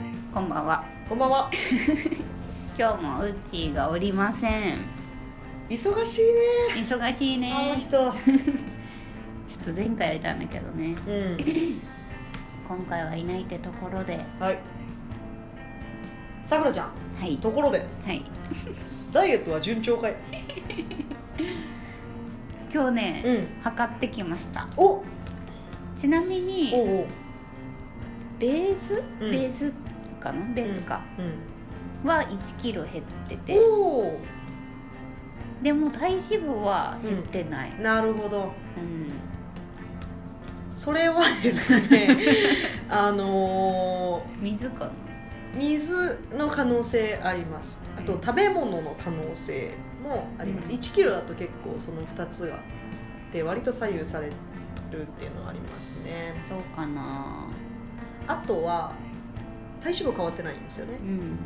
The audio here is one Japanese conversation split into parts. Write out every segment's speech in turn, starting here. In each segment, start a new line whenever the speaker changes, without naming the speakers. んは
こんばんは。
今日もうちーがおりません
忙しいね。
忙しい
あの
ね
人。
ちょっと前回はいたんだけどね
うん。
今回はいないってところで
はい。さくらちゃん、
はい
ところで、
はい
ダイエットは順調かい。
今日ね、
うん。
測ってきました
お、おう
ちなみに
おう。
ベース、
うん
ベースかなベースか、
うん。
は1キロ減ってて
おお。
でも体脂肪は減ってない、
なるほど。
うん
それはですね。 あの
水かな
ー水の可能性あります。あと食べ物の可能性もあります。
うん
1キロだと結構その2つがで割と左右されるっていうのはありますね。
そうかな
あとは体脂肪変わってないんですよね
うん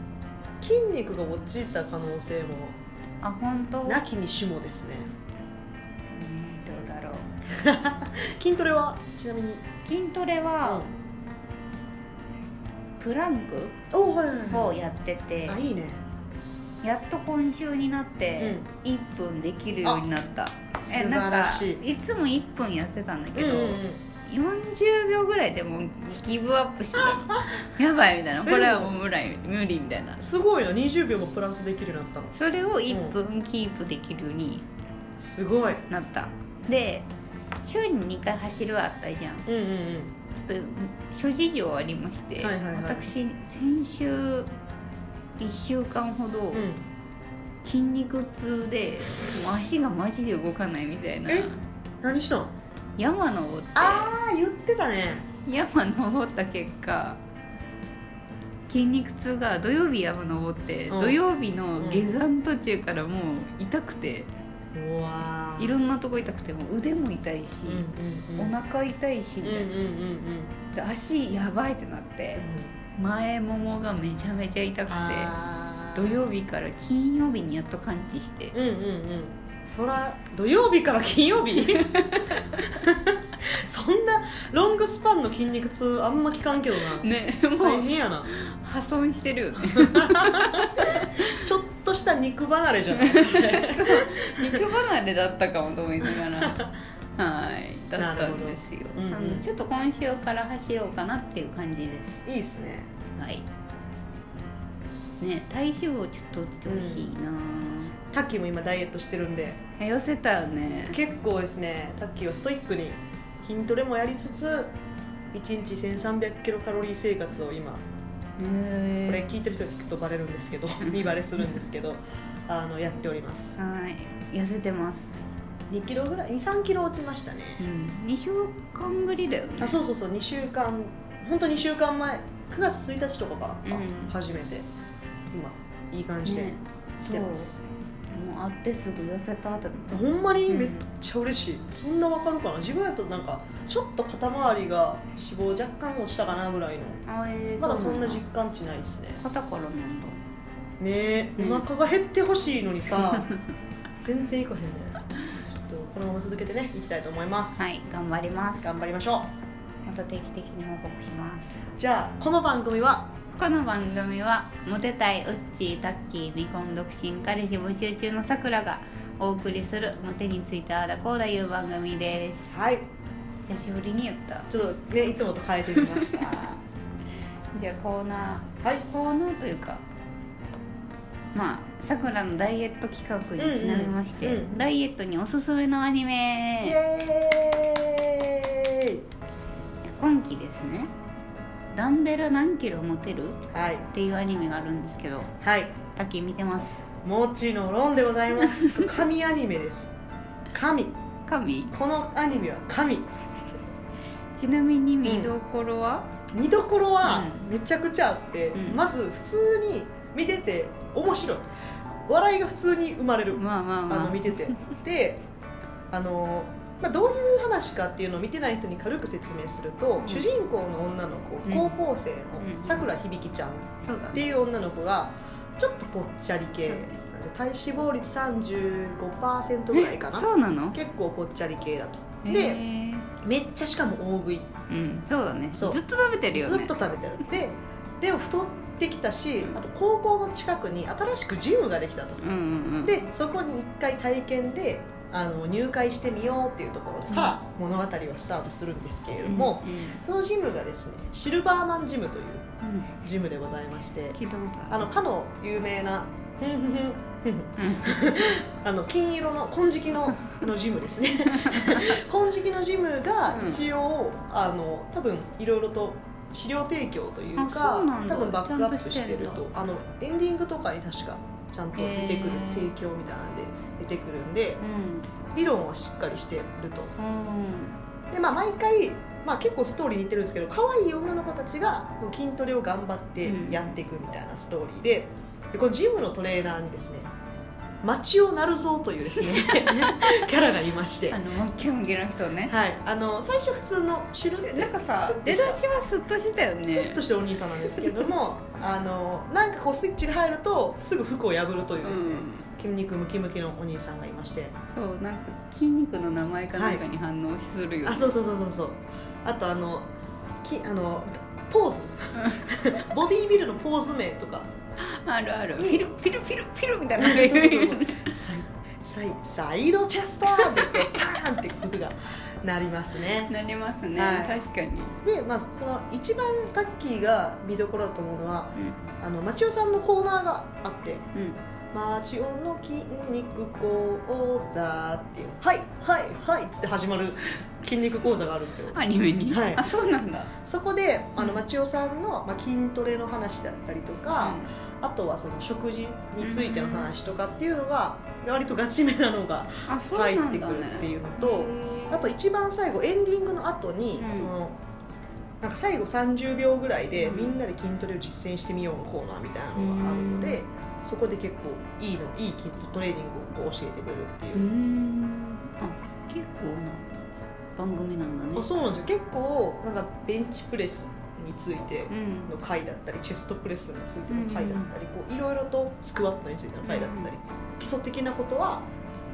筋肉が落ちた可能性も
あ本当
なきにしもですね
うんどうだろう
筋トレはちなみに
筋トレはプランク
おはいはい
をやってて、
あいいね
やっと今週になっ
う
て
ん
1分できるようになった、
素
え
晴
なん
ら
か
しい
いつも1分やってたんだけど、
うんうん
40秒ぐらいでもうギブアップしてた のやばいみたいなこれはもう無理無理みたいな
うんすごいな20秒もプラスできるようになったの
それを1分キープできるように
すごい
なったで週に2回走るはあったじゃん
うんうん
ちょっと諸事情ありまして、
はいはいはい
私先週1週間ほど
うんうん
筋肉痛で、もう足がマジで動かないみたいな
え何したの
山登って
あ言ってたね
山登った結果筋肉痛が土曜日山登って、
うん
土曜日の下山途中からもう痛くて、
うわー
いろんなとこ痛くてもう腕も痛いし
うん、うんうん
お腹痛いし
うん
み
う
た
んう
いな、
んうんうん
で足やばいってなって前ももがめちゃめちゃ痛くて
あー
土曜日から金曜日にやっと完治して
うんうんうんそら土曜日から金曜日 そんなロングスパンの筋肉痛あんま聞かんけどな、
ね
大
もう
変やな
破損してるよね
ちょっとした肉離れじゃないそれ
肉離れだったかもと思いなが らはいだったんですよ、
なるほどうんうん
あのちょっと今週から走ろうかなっていう感じです
いいっすね
はいね体脂肪ちょっと落ちてほしいな、
タッキーも今ダイエットしてるんで
え痩せたよね
結構ですねタッキーはストイックに筋トレもやりつつ1日1300キロカロリー生活を今これ
へ
聞いてる人が聞くとバレるんですけ ど見バレするんですけどあのやっております
ーはい痩せてます、
2キロぐらい23キロ落ちましたね
うん、2週間ぶりだよね
あそうそうそう2週間本当2週間前9月1日とかからか、
うん
初めて今いい感じで
ね
来てます、
そうもう会ってすぐ痩せたってなった
ほんまに
うん
めっちゃ嬉しい、そんなわかるかな自分やとなんかちょっと肩周りが脂肪若干落ちたかなぐらいの
あえー
まだそんな
う
実感値ないですね
肩からなんだ
ねえ、
ね
お腹が減ってほしいのに さ全然いかへんねちょっとこのまま続けてねいきたいと思います、
はい頑張ります
頑張りましょう
また定期的に報告します
じゃあこの番組は
この番組はモテたいウッチータッキー未婚独身彼氏募集中のさくらがお送りするモテについてああだこうだいう番組です
はい
久しぶりにやった
ちょっとねいつもと変えてみましたは
じゃあコーナ
い
ーコーナーというかまあさくらのダイエット企画にちなみまして、
うんうんうん
ダイエットにおすすめのアニメ
イエーイ
今期ですね「ダンベル何キロ持てる?」
はい
っていうアニメがあるんですけど
はい
タッキー見てます
もちのろんでございます 神アニメです神
神
このアニメは神
ちなみに見どころは、
見どころはめちゃくちゃあって、
うん
まず普通に見てて面白い笑いが普通に生まれる、
まあまあ
あの
ま
見て てであの、まあ、どういう話かっていうのを見てない人に軽く説明すると、
ん
主人公の女の子
うん
高校生の
うん
さくらひびきちゃん
あそうだ
って
ね
いう女の子がちょっとぽっちゃり系体脂肪率35%ぐらいか
え
な
そうなの
結構ぽっちゃり系だと
へ
で
ー
めっちゃしかも大食い
うんそうだね
そう
ずっと食べてるよね
ずっと食べてるででも太ってきたしあと高校の近くに新しくジムができたと、
うんうんうん
でそこに1回体験であの入会してみようっていうところから物語はスタートするんですけれども、
うん
そのジムがですねシルバーマンジムという
うんうん
ジムでございまして
聞いたこと
あ
ある
のかの有名なふんふんふんふんふん
うん
あの金色の金色のあのジムで すね金色のジムが
うん
一応、あの多分いろいろと資料提供という
あ
か
そうなんだ
多分バックアップしてる
ちゃんとして
と
ん
あのエンディングとかに確かちゃんと出
へ
てくる、
ー
提供みたいなんで出てくるんで理論はしっかりしてると
うん
で、まあ、毎回、まあ、結構ストーリー似てるんですけど可愛い女の子たちが筋トレを頑張ってやっていくみたいなストーリーででこのジムのトレーナーにですね町尾なるぞというです ねキャラがいまして
あ。のモッキモキの人ね
はい、あの最初普通のシュルって
なんかさ
スッと
出
した
だしはスッとしてたよね
スッとしたお兄さんなんですけれどもあのなんかこうスイッチが入るとすぐ服を破るという
う
ですね、
ん
筋肉ムキムキのお兄さんがいまして、
そうなんか筋肉の名前かなんかに反応するよね
あそうそうそうそうそうあとあのきあのポーズボディービルのポーズ名とか
あるあるピルピルピルピルみたいな
そうそうそうサイサイサイドチェスターって言ってパーンって服がなりますね
なりますね、
はい
確かに
で、まあ、その一番タッキーが見どころだと思うのは、あの町尾さんのコーナーがあって
うん
「町尾の筋肉講座」っていう「はいはいはい」っつって始まる筋肉講座があるんですよ
アニメに、
はい
あそうなんだ
そこであ
う
の
ん
町尾さんの、まあ、筋トレの話だったりとか、あとはその食事についての話とかっていうのが割とガチめなのが
うんあそうな
入
んだ、ね、
ってくるっていうの
へ
と。
ー
あと一番最後エンディングの後に、
うん
そのなんか最後30秒ぐらいで、
うん
みんなで筋トレを実践してみようのコーナーみたいなのがあるので、そこで結構いいのいい筋トレーニングをこう教えてくれるっていう
ー、んあ結構な番組なんだね
あそうなんですよ結構なんかベンチプレスについて
うん
の回だったりチェストプレスについての回だったり、こういろいろとスクワットについての回だったり、基礎的なことは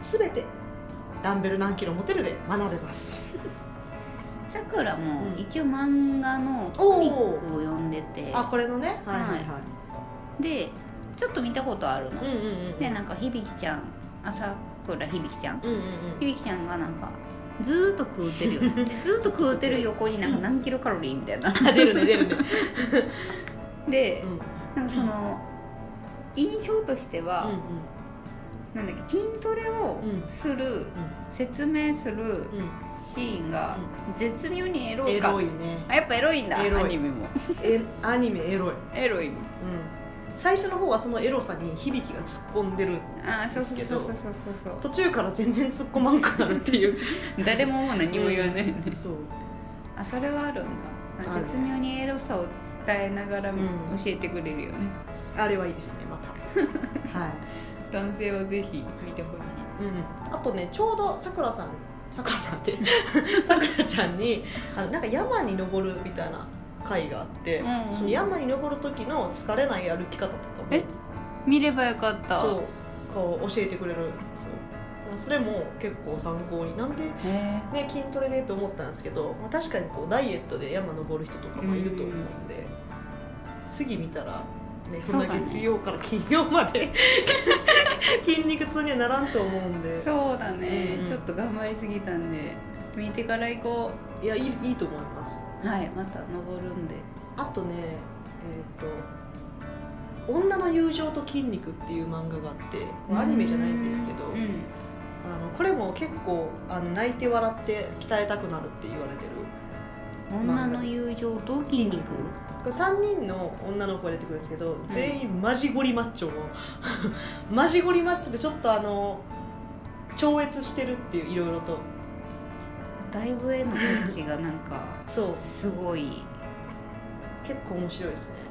全てダンベル何キロ持てるで学べます
さくらも
うん
一応漫画のコミックを読んでて
あこれのねはいはいはい、
でちょっと見たことあるの、
うんうんうん
でなんか響ちゃん朝倉響ちゃん
うんうんうん
響ちゃんがなんかずーっと食うてる よねずーっと食うてる横になんか何キロカロリーみたいな
出るね出るね、
で
う
な
ん
んかその印象として
う
は、
ん
なんだっけ筋トレを
うん
する、説明する
うん
シーンが絶妙にエロい
エ
か
ロいね
あやっぱエロいんだ
エロい
アニメも
えアニメエロい、うん、
エロい
最初の方はそのエロさに響きが突っ込んでる
あーそうそうそうそうそうそう
途中から全然突っ込まんくなるっていう
そう誰ももう何も言わないね、
そう
あそれはあるんだ
ある
絶妙にエロさを伝えながら教
ん
えてくれるよね、
あれはいいですねま たはい、
男性はぜひ見てほしい
うん、あとねちょうどさくらさんさくらさんって さくらちゃんにあのなんか山に登るみたいな回があって、
うんうん
その山に登る時の疲れない歩き方とかも
え見ればよかった
そうこう教えてくれるんですよそれも結構参考になんで、
へ
ね、筋トレでと思ったんですけど、まあ、確かにこうダイエットで山登る人とかもいると思うんで、次見たら、ね、そんだけ月曜から金曜ま で筋肉痛にはならんと思うん
え
で
そうだね、
うん
ちょっと頑張りすぎたんで見てから行こ
いやいいいいと思います
うはいまた登るんで
あとねえっ、と「女の友情と筋肉」っていう漫画があってこれアニメじゃないんですけど、
うん
あのこれも結構あの泣いて笑って鍛えたくなるって言われてる
女の友情と筋肉
これ3人の女の子が出てくるんですけど、全員マジゴリマッチョの マジゴリマッチョでちょっとあの超越してるっていういろいろと
だいぶ絵の感じがなんか
そう
すごい
結構面白いですね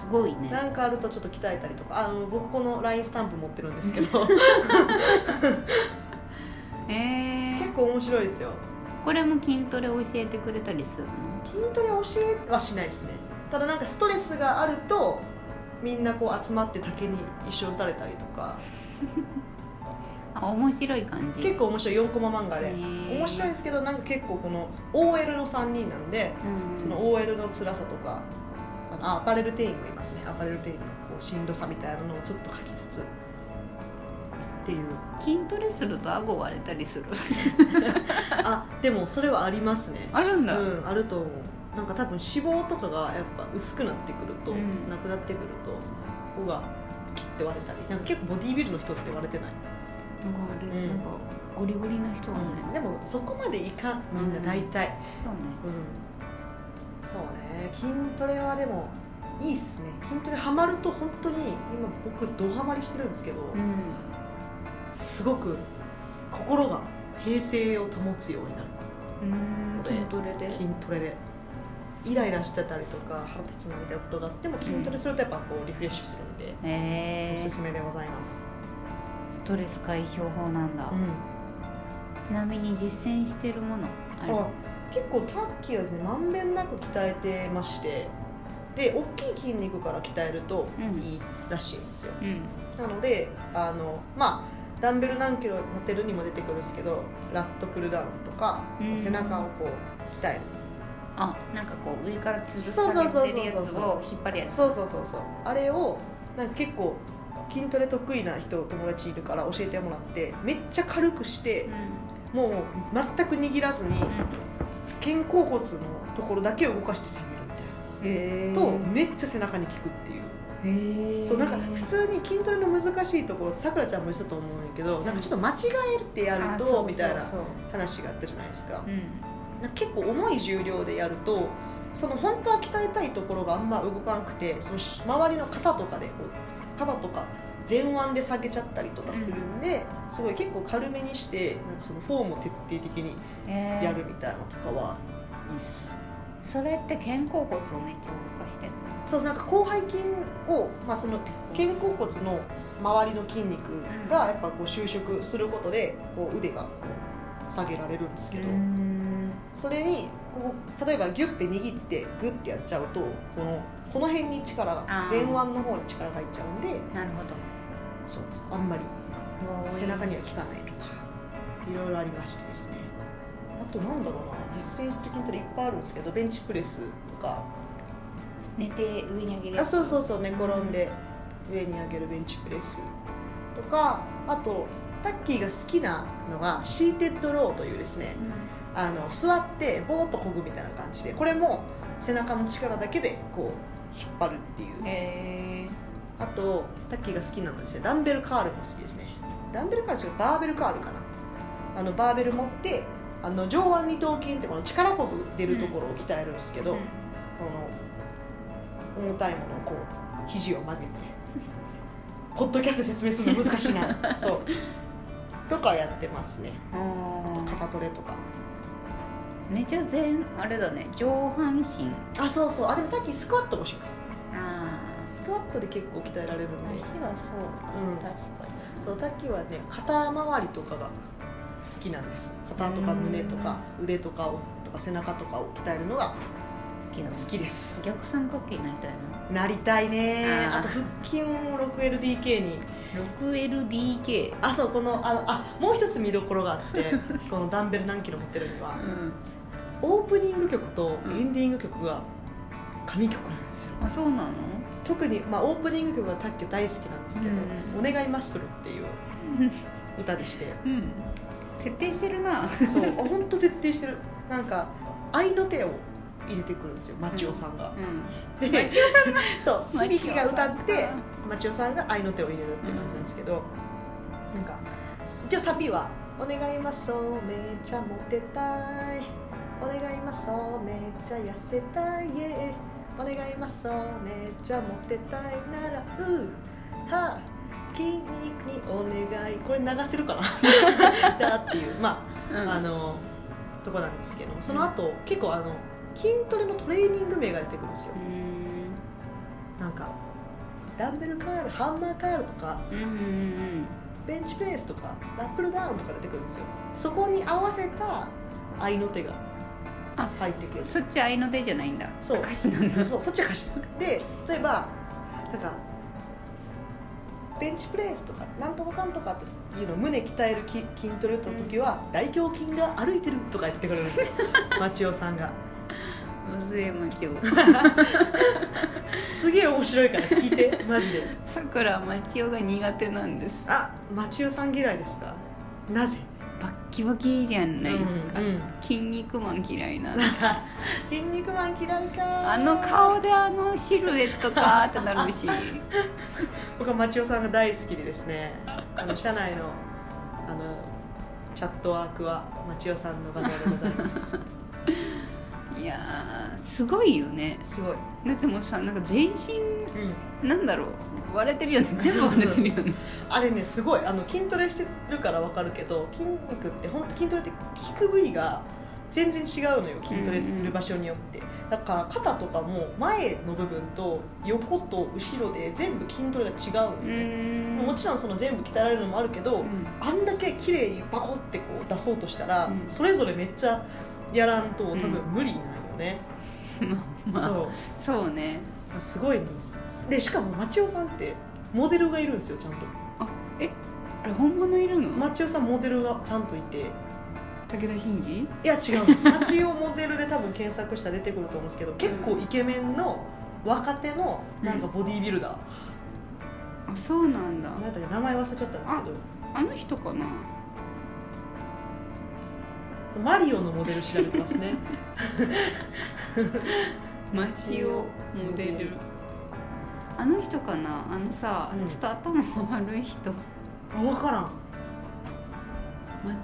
すごいね
なんかあるとちょっと鍛えたりとかあの僕この LINE スタンプ持ってるんですけ ど
え
結
ー、
構面白いですよ
これも筋トレ教えてくれたりするの
筋トレ教えはしないですねただなんかストレスがあるとみんなこう集まって竹に一緒打たれたりとか
あ面白い感じ
結構面白い4コマ漫画で
へー
面白いですけどなんか結構この OL の3人なんで
うん
その OL の辛さとかあのあアパレル店員もいますねアパレル店員のこうしんどさみたいなのをちょっと書きつつっていう
筋トレすると顎割れたりする
あでもそれはありますね
あるんだ
うんあると思うなんか多分脂肪とかがやっぱ薄くなってくると、
うん
なくなってくるとここが切って割れたりなんか結構ボディービルの人って割れてない、
なんかあれ、
うん
なんかゴリゴリな人はね、
でもそこまでいかんみんな大体
そうね
うん、そうね筋トレはでもいいっすね筋トレハマると本当に今僕ドハマりしてるんですけど、
うん
すごく心が平静を保つようになる
うん
で
筋トレで
筋トレでイライラしてたりとか腹立つなみたいなことがあっても筋トレするとやっぱこうリフレッシュするんで、
え
おす
ー、
すめでございます、
ストレス解消法なんだ、ちなみに実践してるものあれ
あ結構タッキーはですねまんべんなく鍛えてましてで大きい筋肉から鍛えると
うん
いいらしいんですよ、
うん
なのであのまあダンベル何キロ持てるにも出てくるんですけどラットプルダウンとか、
うん
背中をこう鍛える
あなんかこう上からつぶ
そうそう
さ
そう
げてるや
そう
つを引っ張るやつ
そうそうそうそうあれをなんか結構筋トレ得意な人友達いるから教えてもらってめっちゃ軽くして
うん
もう全く握らずに肩甲骨のところだけを動かして下げ
へえ
るみたいなとめっちゃ背中に効くっていう
へえ
そうなんか普通に筋トレの難しいところさくらちゃんも言ってたと思うんやけどなんかちょっと間違えてやるとみたいな
そう
話があったじゃないですか
そう
なんか結構重い重量でやるとその本当は鍛えたいところがあんま動かなくてその周りの肩とかでこう肩とか前腕で下げちゃったりとかするんで、すごい結構軽めにしてなんかそのフォームを徹底的に
うんへえ
やるみたいなのとかはいいっす、
それって肩甲骨をめっちゃ動かしてる
そうですなんか広背筋を、まあ、その肩甲骨の周りの筋肉がやっぱこう収縮することでこう腕がこう下げられるんですけど、
うん
それにこう例えばギュッて握ってグッてやっちゃうとこのこの辺に力が
あー
前腕の方に力が入っちゃうんで
なるほど
そうあんまり背中には効かないとかいろいろありましてですねあとなんだろうな実践してる筋トレいっぱいあるんですけどベンチプレスとか
寝て上に上げる
あそうそうそう寝転んで上に上げるベンチプレスとかあとタッキーが好きなのがシーテッドローというですね
うん
あの座ってボーっとこぐみたいな感じでこれも背中の力だけでこう引っ張るっていう
へえ
あとタッキーが好きなのはですねダンベルカールも好きですねダンベルカール違うバーベルカールかなあのバーベル持ってあの上腕二頭筋ってこの力こぶ出るところを鍛えるんですけど、
うん
この重たいものをこう肘を曲げて ポッドキャストで説明するの難しい なそうとかやってますね
あー
肩トレとか
めっちゃ全あれだね上半身
あそうそうあでもタッキースクワットもします
あ
スクワットで結構鍛えられる
あ
んで
足はそうか、
うん
確かに
そうタッキーはね肩周りとかが好きなんです肩とか胸とか腕とかをとか背中とかを鍛えるのが
好きだ
好きです
逆三角形になりたい
なりたいね
あー
あと腹筋も 6LDK に
な 6LDK
あそうこのあのあもう一つ見どころがあって このダンベル何キロ持ってるには
うん
オープニング曲と
うん
エンディング曲が神曲なんですよ
あそうなの
特に、まあ、オープニング曲はタッキー大好きなんですけど「
う
お願いマッスル」っていう歌でして
うん徹底してるな
そうあ本当徹底してるなんか愛の手を入れてくるんですよマチオさんが、
う
でそう
マチオ
響
さん
きが歌って
か
マチオさんが愛の手を入れるって感じなんですけど、なんか一応サビは「お願いますそうめっちゃモテたい」「お願いますそうめっちゃ痩せたい」yeah「お願いますそうめっちゃモテたいならうーはあ筋肉にお願い」これ流せるかな だっていうまあ
ん、うん、
あのとこなんですけどその後、結構あの筋トレのトレーニング名が出てくるんですよ
うーん
なんかダンベルカールハンマーカールとか
うんうん
ベンチプレスとかラップルダウンとか出てくるんですよそこに合わせた合いの手が
あ
入ってく
うん
る
そっち合いの手じゃないんだ
そう
歌詞なんだ
そうそっちがしで例えばなんかベンチプレスとかなんとかかんとかっていうの胸鍛えるき筋ト レを打った時は、大胸筋が歩いてるとか言ってくれるんですよマチオさんが
忘れま ちょう
すげえ面白いから聞い てマジで
さくらまちおが苦手なんです
あマチオさん嫌いですかなぜ
バッキバキじゃないですか、
うんうん
筋肉マン嫌いな
筋肉マン嫌いか
あの顔であのシルエットかーってな るし
僕はマチオさんが大好きでですねあの社内のあのチャットワークはマチオさんの画像でござい ます
いやーすごいよね
すごい、
だってもうさなんか全身
うん、
なんだろう割れてるよね全部割れてるよね
あれねすごいあの筋トレしてるからわかるけど筋肉って本当筋トレって効く部位が全然違うのよ筋トレする場所によって、だから肩とかも前の部分と横と後ろで全部筋トレが違う
う
のよね、
ーん
もちろんその全部鍛えられるのもあるけど、
うん
あんだけ綺麗にバコってこう出そうとしたら、
うん
それぞれめっちゃやらんと多分
うん
無理なんよね、
まあ まあ
そう
そうね
あすごいニュースでしかも町尾さんってモデルがいるんですよちゃんと
あれ本物いるの、
町尾さんモデルがちゃんといて
武田真治
いや違 う町尾モデルで多分検索したら出てくると思うんですけど結構イケメンの若手のなんかボディービルダー、
あそうなんだ
なん、だったっけ名前忘れちゃったんですけ
あの人かな
どマリオのモデル調べてますね
マチオモデルあの人かなあのさ、
うん
ちょっと頭悪い人
あ分からん
マ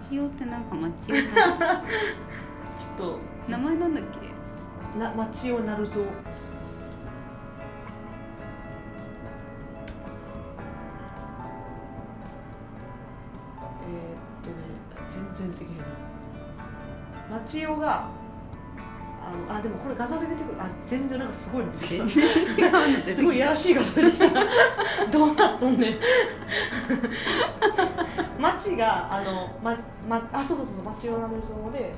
チオってなんかマチオ
ちょっと
名前なんだっけ
な町尾なるぞえー、っとね全然できへんな町尾があのあでもこれ画像で出てくるあ全然なんかすごいの出てき
全
た
然違うの出てきた
すごいやらしい画像出てきた どうなっとんね ん町があの、まま、あそうそうそう町尾なるぞでモデル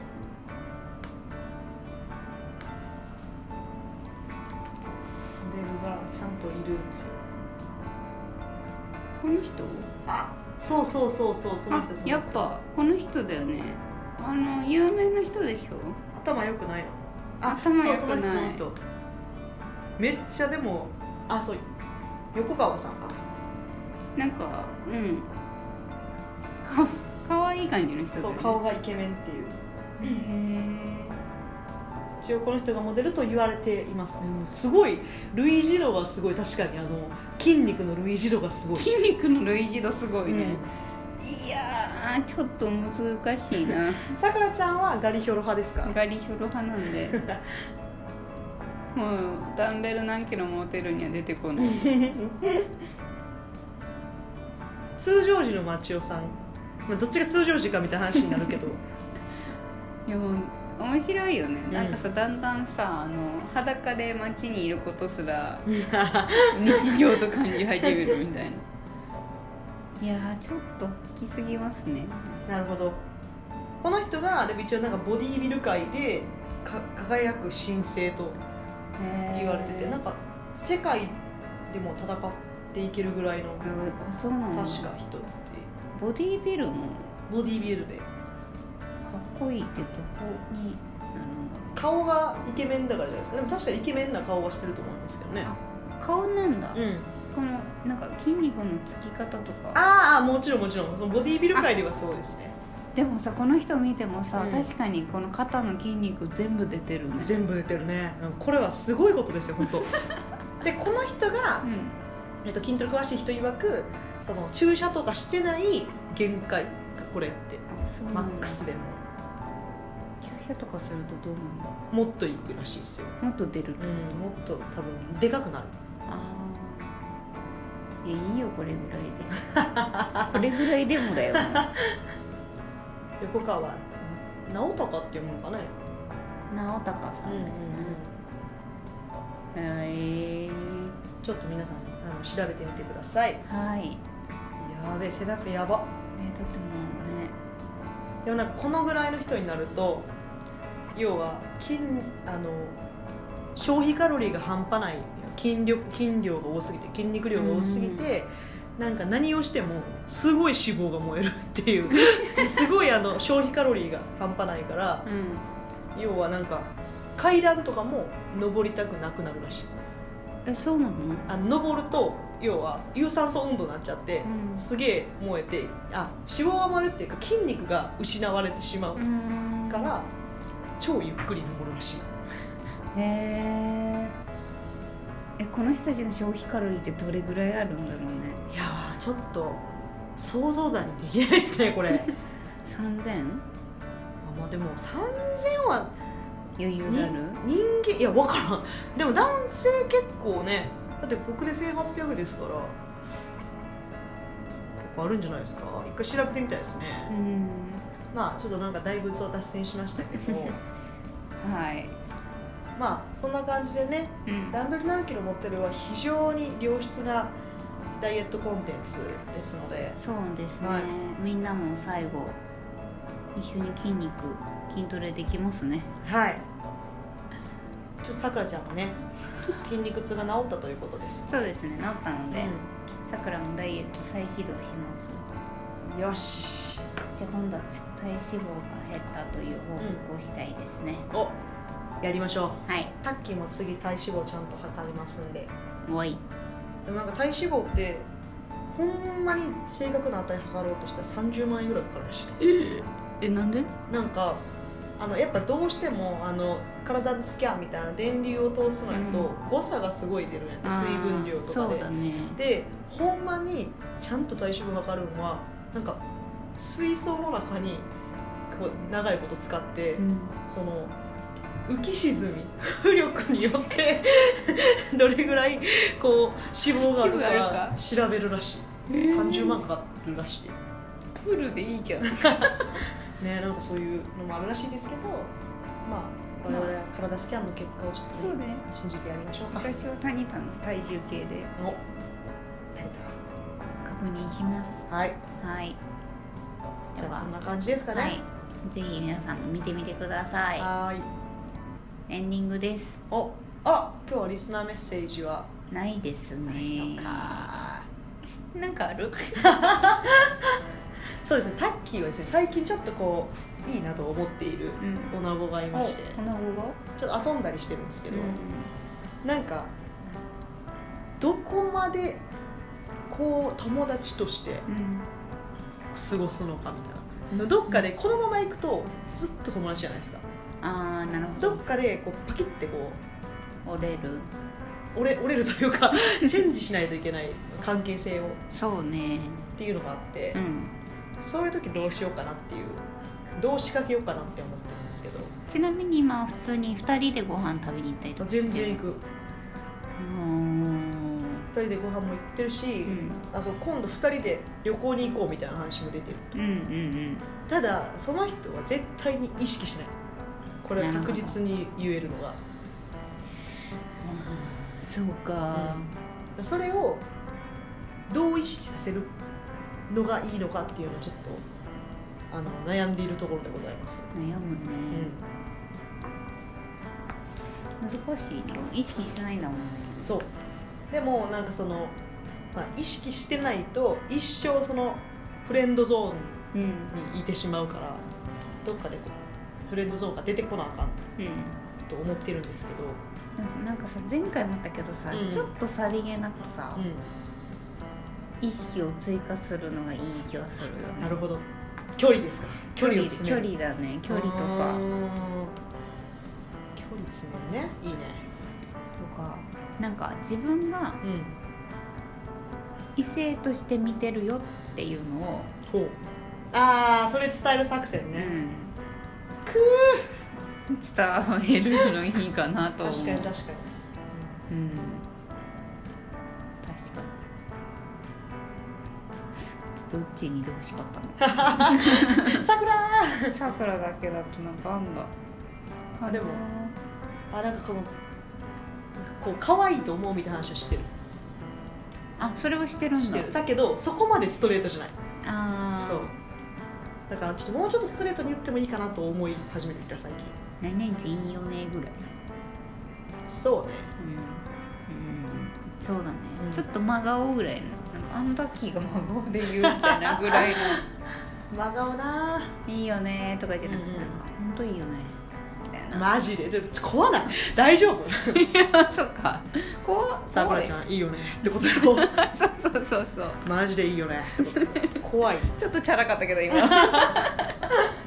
がちゃんといるんですよ
この人
あそうそうそうそうその
あ
人その人
やっぱこの人だよねあの有名な人でしょ
頭良くないのあ
頭良くない
そうその人その人めっちゃでもあそう横川さんか
なんかうんかかわいい感じの人だ
そ
よ
う
ね
顔がイケメンっていう
へえ
一応この人がモデルと言われています、すごいルイ・ジロはすごい確かにあの筋肉のルイ・ジロがすごい、
筋肉の類似度すごいね、
う
いやーちょっと難しいな
んさくらちゃんはガリヒョロ派ですか
ガリヒョロ派なんでもうダンベル何キロ持てるには出てこ ない
通常時の町尾さん、まあ、どっちが通常時かみたいな話になるけど
いやもう面白いよね、
うん
なんかさだんだんさあの裸で街にいることす ら日常と感じ始めるみたいないやーちょっと大きすぎますね
なるほどこの人がでも一応なんかボディービル界でか輝く新星と言われてて、なんか世界でも戦っていけるぐらいの確
えーあそうなんだ
か人って
ボディービルも
ボディービルで
かっこいいってどこになるんだろ
顔がイケメンだからじゃないですかでも確かにイケメンな顔はしてると思いますけどね
う顔なんだ、
うん
このなんか筋肉のつき方とか
ああもちろんもちろんそのボディービル界ではそうですね
でもさこの人見てもさ、
うん
確かにこの肩の筋肉全部出てるね
全部出てるねうんこれはすごいことですよ本当 でこの人が
う、ん
えっと、筋トレ詳しい人曰くその注射とかしてない限界これって
あそう
マ
な
ッ
んだ
クスでも
注射とかするとどうなんだ
もっといくらしいですよ
もっと出る
うんもっと多分でかくなる
ああいやいいよこれぐらいで これぐらいでもだよ
横川直隆って読むのかね
直高さんですね、へえ
ちょっと皆さんあの調べてみてください
はい
やべえ背中やば
えとってもね
でもなんかこのぐらいの人になると要は筋あの消費カロリーが半端ない筋力筋量が多すぎて筋肉量が多すぎて、なんか何をしてもすごい脂肪が燃えるって いうすごいあの消費カロリーが半端ないから
うん
要はなんか階段とかも登りたくなくなるらしい
えそうなの、
あの登ると要は有酸素運動になっちゃって、
うん
すげえ燃えてあ脂肪が余るっていうか筋肉が失われてしまう
うん
から、超ゆっくり登るらしい
へええこの人たちの消費カロリーってどれぐらいあるんだろうね
いやーちょっと想像だにできないですねこ れ
3000
あまあでも3000は
余裕
に
がある
人間いや分からんでも男性結構ねだって僕で1800ですから結構あるんじゃないですか一回調べてみたいですね、
うん
まあちょっとなんか大仏を脱線しましたけど
はい、
まあそんな感じでね
うん
ダンベル何キロ持ってるは非常に良質なダイエットコンテンツですので
そうですね、
はい
みんなも最後一緒に筋肉筋トレできますね
はいちょっとさくらちゃんもね筋肉痛が治ったということです、
そうですね治ったのでさくらもダイエット再始動します
うんよし
じゃあ今度はちょっと体脂肪が減ったという報告をしたいですね、
おやりましょう
はい
タッキーも次体脂肪ちゃんと測りますんで
おい
でもなんか体脂肪ってほんまに正確な値測ろうとしたら30万円ぐらいかかるらしい
えなんで
なんかあのやっぱどうしてもあの体のスキャンみたいな電流を通すのやと誤差がすごい出るんやって、水分量と
あー
か
そ
で
うだね
でほんまにちゃんと体脂肪がかるのはなんか水槽の中にこう長いこと使って、
うん
その浮き沈み浮力によって どれぐらいこう脂肪がある
脂肪ある
か
か
調べるらしい、
へー
30万かかるらしい
プールでいいじゃん
ねなんかそういうのもあるらしいですけどまあ我々は体スキャンの結果をちょっ
そう
と、ね、
ね
信じてやりましょうか
私は谷田の体重計で
お
確認します
はい
はい
じ
で
ゃあ
は
そんな感じですかね
はいぜひ皆さんも見てみてください
はーい
エンディングです
おあら今日はリスナーメッセージは
ないですねなんかある
そうですねタッキーはですね最近ちょっとこういいなと思っている
うん
女子がいまして
この方が
ちょっと遊んだりしてるんですけど、なんかどこまでこう友達として
うん
過ごすのかみたいなどっかでこのまま行くとずっと友達じゃないですか
ああなるほ
どっ
ど
かでこうパキッてこ
折れる
う折れ折れるというかチェンジしないといけない関係性をっ
そうね
ていうのがあって
う、ん
そういう時どうしようかなっていうどう仕掛けようかなって思ってるんですけど
ちなみに今は普通に2人でご飯食べに行ったりとかして
全然行
く
く
うーん
2人でご飯も行ってるし、
うん
あそう今度2人で旅行に行こうみたいな話も出てる
うんうん
ただその人は絶対に意識しないこれは確実に言えるのが
うんそうか
それをどう意識させるのがいいのかっていうのをちょっとあの悩んでいるところでございます、
悩む
う
ね
ん、
難しいの意識してないんだもんね
そうでもなんかその、まあ、意識してないと一生そのフレンドゾー
うん
ン
うん
にいてしまうからどっかでこうフレンドゾーンが出てこなあかんと思ってるんですけど、
なんかなんかさ前回も言ったけどさ、
うん
ちょっとさりげなくさ、
う
意識を追加するのがいい気がするよ
ん、
ね
なるほど距離ですか距離を詰める
距離だね距離とか
うーん距離詰めるねいいね
とかなんか自分が
うん
異性として見てるよっていうのを、
ほうああそれ伝える作戦
う
ね、
ん伝えるのいいかなと思う
確かに確か
う
に
ん確かにちょっとうっちーにでほしかったの
うん桜
さくらだけだとなんかあんだ
あでもあなんかこのこう可愛いと思うみたいな話はしてる
あそれはしてるん
して
だ
るだけどそこまでストレートじゃない
ああ
そうだからちょっともうちょっとストレートに言ってもいいかなと思い始めてきた最近
何々ちゃんいいよねぐらい
そうね
うん、うん、そうだね、
うん
ちょっと真顔ぐらいのなんかあのタッキーが真顔で言うみたいなぐらいの
真顔な
「いいよね」とかじゃなくて、
うんうん
なんか「ほんといいよね」みたいないな
マジでちょちょ怖ない大丈夫
そっかこう
さくらちゃんいいよねって ことよ
そうそうそうそう
マジでいいよねってことよ怖い
ちょっとチャラかったけど今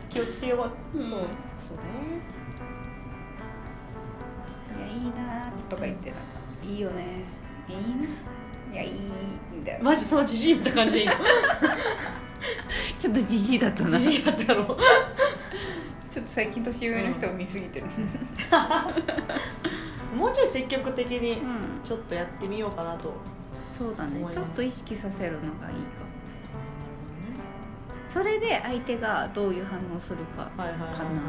気をつけよう、
うん
そうそうね
いやいいなとか言ってたいいよねいいないやいいみたいな
マジそのじじいみたいな感じでいい の
ちょっとじじいだったな
じじいやったやろ
ちょっと最近年上の人を見すぎてる
もうちょい積極的
う
に
ん
ちょっとやってみようかなと、
そうだね
思います
ちょっと意識させるのがいいかもそれで相手がどういう反応するか
はいはいは
かなみ
い
たいな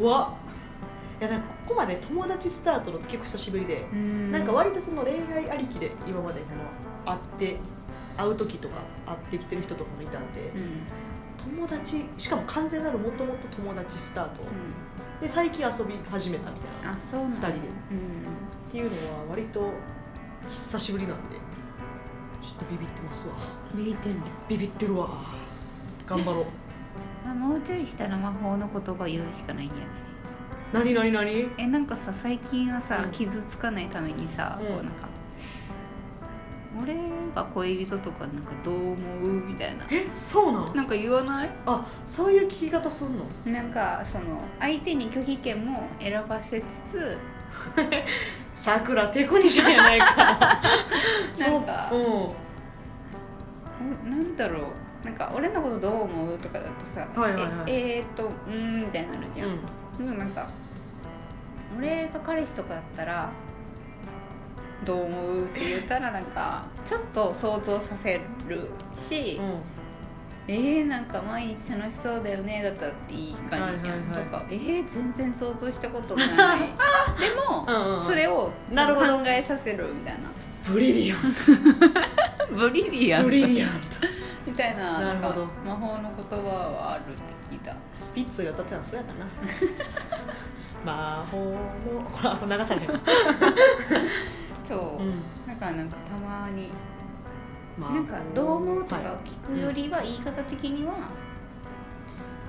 怖っいやなんかここまで友達スタートのって結構久しぶりで、なんか割とその恋愛ありきで今までこの会って会う時とか会ってきてる人とかもいたんで、
うん
友達しかも完全なるもともと友達スタート、
うん
で最近遊び始めたみたいな
あそうなんだ
二人
う
で
ん
っていうのは割と久しぶりなんでちょっとビビってますわ
ビビってんだ
ビビってるわ頑張ろう
あもうちょいしたら魔法の言葉言うしかないんだよね
何何何
えなんかさ最近はさ、
うん
傷つかないためにさ、
うん
こうなんか俺が恋人とかなんかどう思うみたいな
えそうなん
なんか言わない
あそういう聞き方すんの
なんかその相手に拒否権も選ばせつつ
さくらテクニシャンやないか
なんか
そううん
おなんだろうなんか俺のことどう思うとかだとさ、
はいはいはい
ええーっとうーんみたいになるじゃん、
うん
でもなんか俺が彼氏とかだったらどう思うって言ったらなんかちょっと想像させるし、
うん
えー、なんか毎日楽しそうだよねだったらいい感じじゃん、
はいはいはい
とかえー、全然想像したことない でも、
うんうんうん
それを
なるほど
考えさせるみたいな
ブリリアン
ブリリ
ト
ア
ブ
ン
リリアント
みたいな
なるほど
んか魔法の言葉はあるって聞いた
スピッツが歌ってたのそうやった な魔法のこれあこれ流 されへん、
そう、
うん、
なんかなんかたまに
ま
なんか「どう思う?」とか
は
を聞くよりは言い方的には、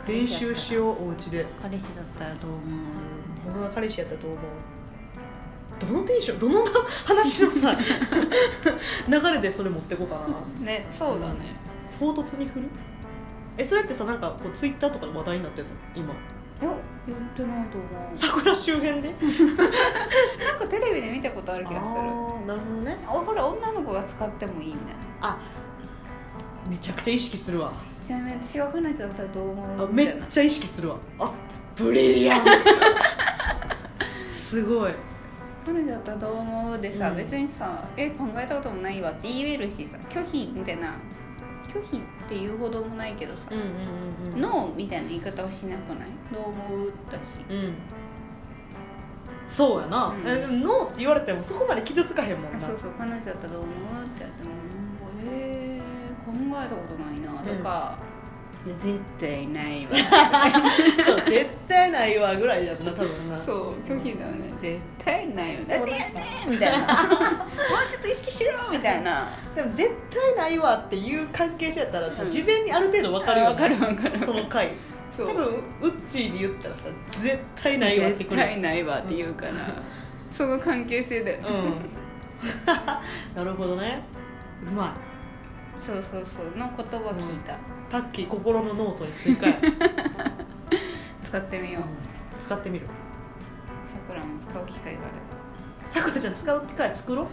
い練習しようお家で
う彼氏だったらどう思うみたいな
僕が彼氏やったらどう思うどのテンションどの話の さ流れでそれ持ってこうかな
ねそうだね、
唐突に振るえそれってさなんかこうツイッターとかで話題になってるの今
いや言ってないと思う
桜周辺で
なんかテレビで見たことある気がする
ーなるほどね
あこれ女の子が使ってもいいみたいな
めちゃくちゃ意識するわ
ちなみに私が彼女だったらどう思
あ
うみ
め
たい
っ
な
ちゃ意識するわあブリリアントすごい
彼女だったらどう思うでさ、
うん
別にさ「え考えたこともないわ」って言えるしさ拒否みたいな拒否って言うほどもないけどさ
うんうん
「ノー」みたいな言い方はしなくないどう思うだし
うんうんそうやな、
うん
えでもノーって言われてもそこまで傷つかへんもん
あ
な
そうそう彼女だったらどう思うってやっても「えー、考えたことないな」とか「いや絶対ないわ」
そう絶対ないわぐらいだったな多分な
そう拒否だよね絶対ないよね
で
だっ
も
てや
なん
ね
か
みたいな もうちょっと意識しろみたいな
でも絶対ないわっていう関係性やったらさ、
うん
事前にある程度分かるよ、
わかるわかる
その回
そ
多
う
分ウッチーに言ったらさ絶対ないわって
絶
くれ
対ないわって言うから、その関係性で、
うんなるほどねうま
そうそうそうの言葉聞いた、
いタッキー心のノートに追 加や、
使ってみよう
使ってみる
さくらも使う機会があれば
さくらちゃん使う機会作 ろう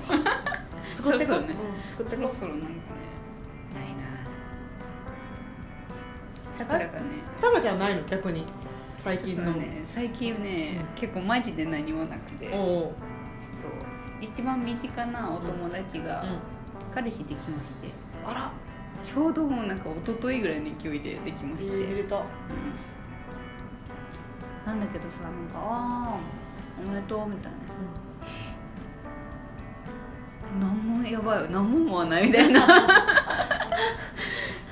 作ってこ
そううそうね
うん作って
そ
こ
ろ
う
そろなんかねないなさくらがね
さくらちゃんないの逆に最近の、
そうね最近ね、
う
結構マジで何もなくて、
お
ちょっ
おう、
と一番身近なお友達
う
が
ん、
彼氏できまして、
あら
ちょうどもうなんか一昨日ぐらいの勢いでできま
え
して、
ー、めでとう
うんなんだけどさなんか「ああおめでとう」みたいな「なんもやばいよなんも思わない」みたい な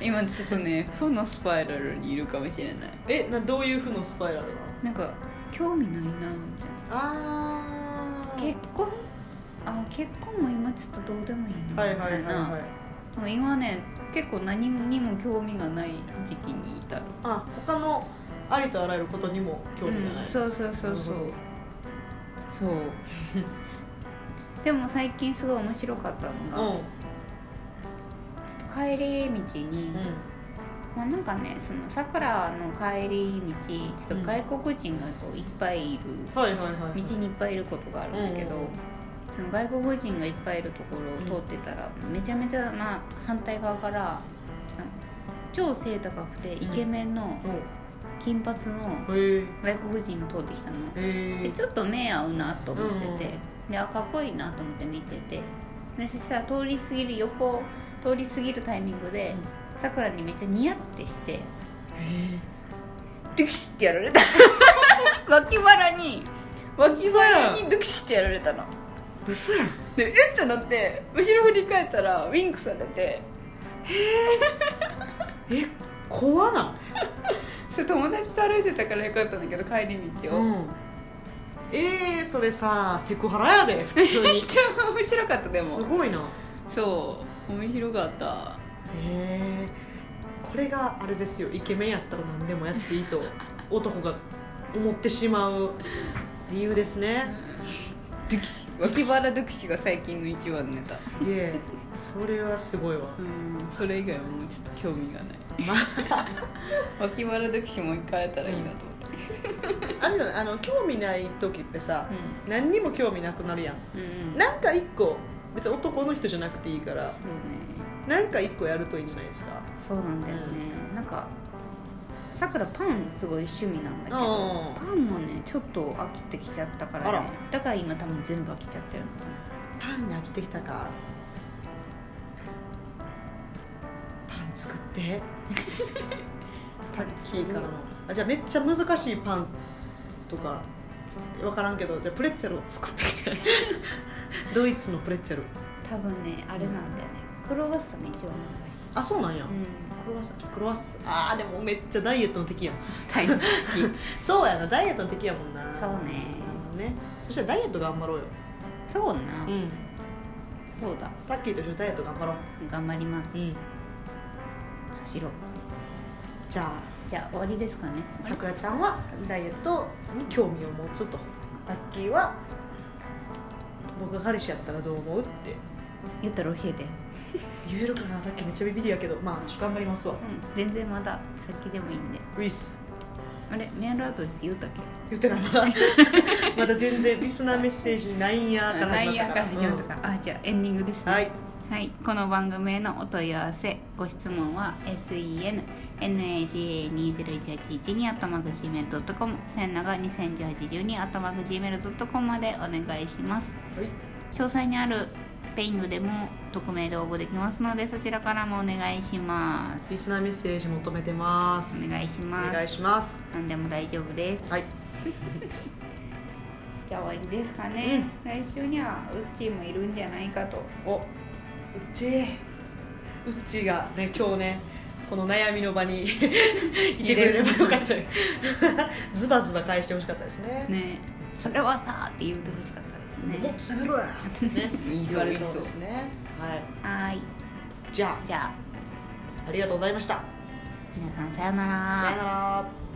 今ちょっとね負のスパイラルにいるかもしれない
えなどういうふうのスパイラルなの
なんか興味ないなみたい
あ
な結婚あ結婚も今ちょっとどうでもいいなみ
はいは
た
いはい
い
はい
なもう今ね結構何にも興味がない時期にいたの
あ他のありとあらゆることにも興味がない、
うんそうそうそうそうそう でも最近すごい面白かったのが、
うん
ちょっと帰り道に、まあ、なんかねそのさくらの帰り道ちょっと外国人がこういっぱいいる、
はいはいはい
道にいっぱいいることがあるんだけど、
うん
その外国人がいっぱいいるところを通ってたら、めちゃめちゃ、まあ、反対側からその超背高くてイケメンの金髪の
おへえ
外国人が通ってきたの。
へ
で
え
ちょっと目合うなと思ってて、
うん
であかっこいいなと思って見ててでそしたら通り過ぎる横通り過ぎるタイミングでさくらにめっちゃニヤってしてドゥクシってやられた 脇腹に脇腹にドゥクシってやられたの
うそやん
でえってなって後ろ振り返ったらウィンクされて
え怖な
それ友達と歩いてたからよかったんだけど帰り道を、
んえー、それさセクハラやで普通に
超面白か ったですも
ごいな
そう面白かった
えー、これがあれですよイケメンやったら何でもやっていいと男が思ってしまう理由ですね
ドゥクシ脇腹ドゥクシが最近の一番のネタ
いえそれはすごいわ
うんそれ以外はもうちょっと興味がない脇腹ドゥクシもう一回やったらいいなと思って
あれじゃないあの興味ない時ってさ
う
何にも興味なくなるやん
んうんうん
なんか一個別に男の人じゃなくていいから
そうね
なんか一個やるといいんじゃないですか
そうなんだよね、なんかさくらパンすごい趣味なんだけど
あ
パンもねちょっと飽きてきちゃったから,、ね、
あら
だから今多分全部飽きちゃってるの
パンに飽きてきたかパン作ってタッキーからのあじゃあめっちゃ難しいパンとか分からんけどじゃあプレッツェルを作って きてドイツのプレッツェル
多分ねあれなんだよねクロワッサンが一番難
あそうなんや、
しい、
クロワッサンじゃあクロワッサンあーでもめっちゃダイエットの敵やん
大 変
そうやなダイエットの敵やもんな
そうね
なるほどねそしたらダイエット頑張ろうよ
そうな、
ん
そうだ
タッキーと一緒にダイエット頑張ろ
頑張ります、
ううん
走ろう
じゃあ
じゃあ終わりですかね
さくらちゃんはダイエットに興味を持つとタッキーは僕が彼氏やったらどう思うって
言ったら教えて、うん、
言えるかなタッキーめっちゃビビりやけどまあちょっと頑張りますわ
全然まだ先でもいいんで
ウィス
あれメールアドレス言うたっけ
言ってないまだ まだ全然リスナーメッセージにないんやーから始まったから
あ内容から始まったからあじゃあエンディングです
う
ね
んはい
はい、この番組へのお問い合わせご質問は sennagae201812.gmail.com 千長2018 12.gmail.com までお願いします
はい
詳細にあるペイングでも匿名で応募できますのでそちらからもお願いしま
リ
す
スナーメッセージ求めてます
お願いし
お願
ま
い
す
します
何でも大丈夫です
はい
じゃあ終わりですかね、来週にはウッチーもいるんじゃないかと
おうっちーうっちーがね今日ねこの悩みの場に いてくれればよかったよズバズバ返してほしかったですね
ねそれはさーって言ってほしかったです
も
ね
っと攻めろやね
言いそう
言われそうですねはい
はーい
じゃ
じゃあ
あありがとうございました
皆さんさようなら
さよなら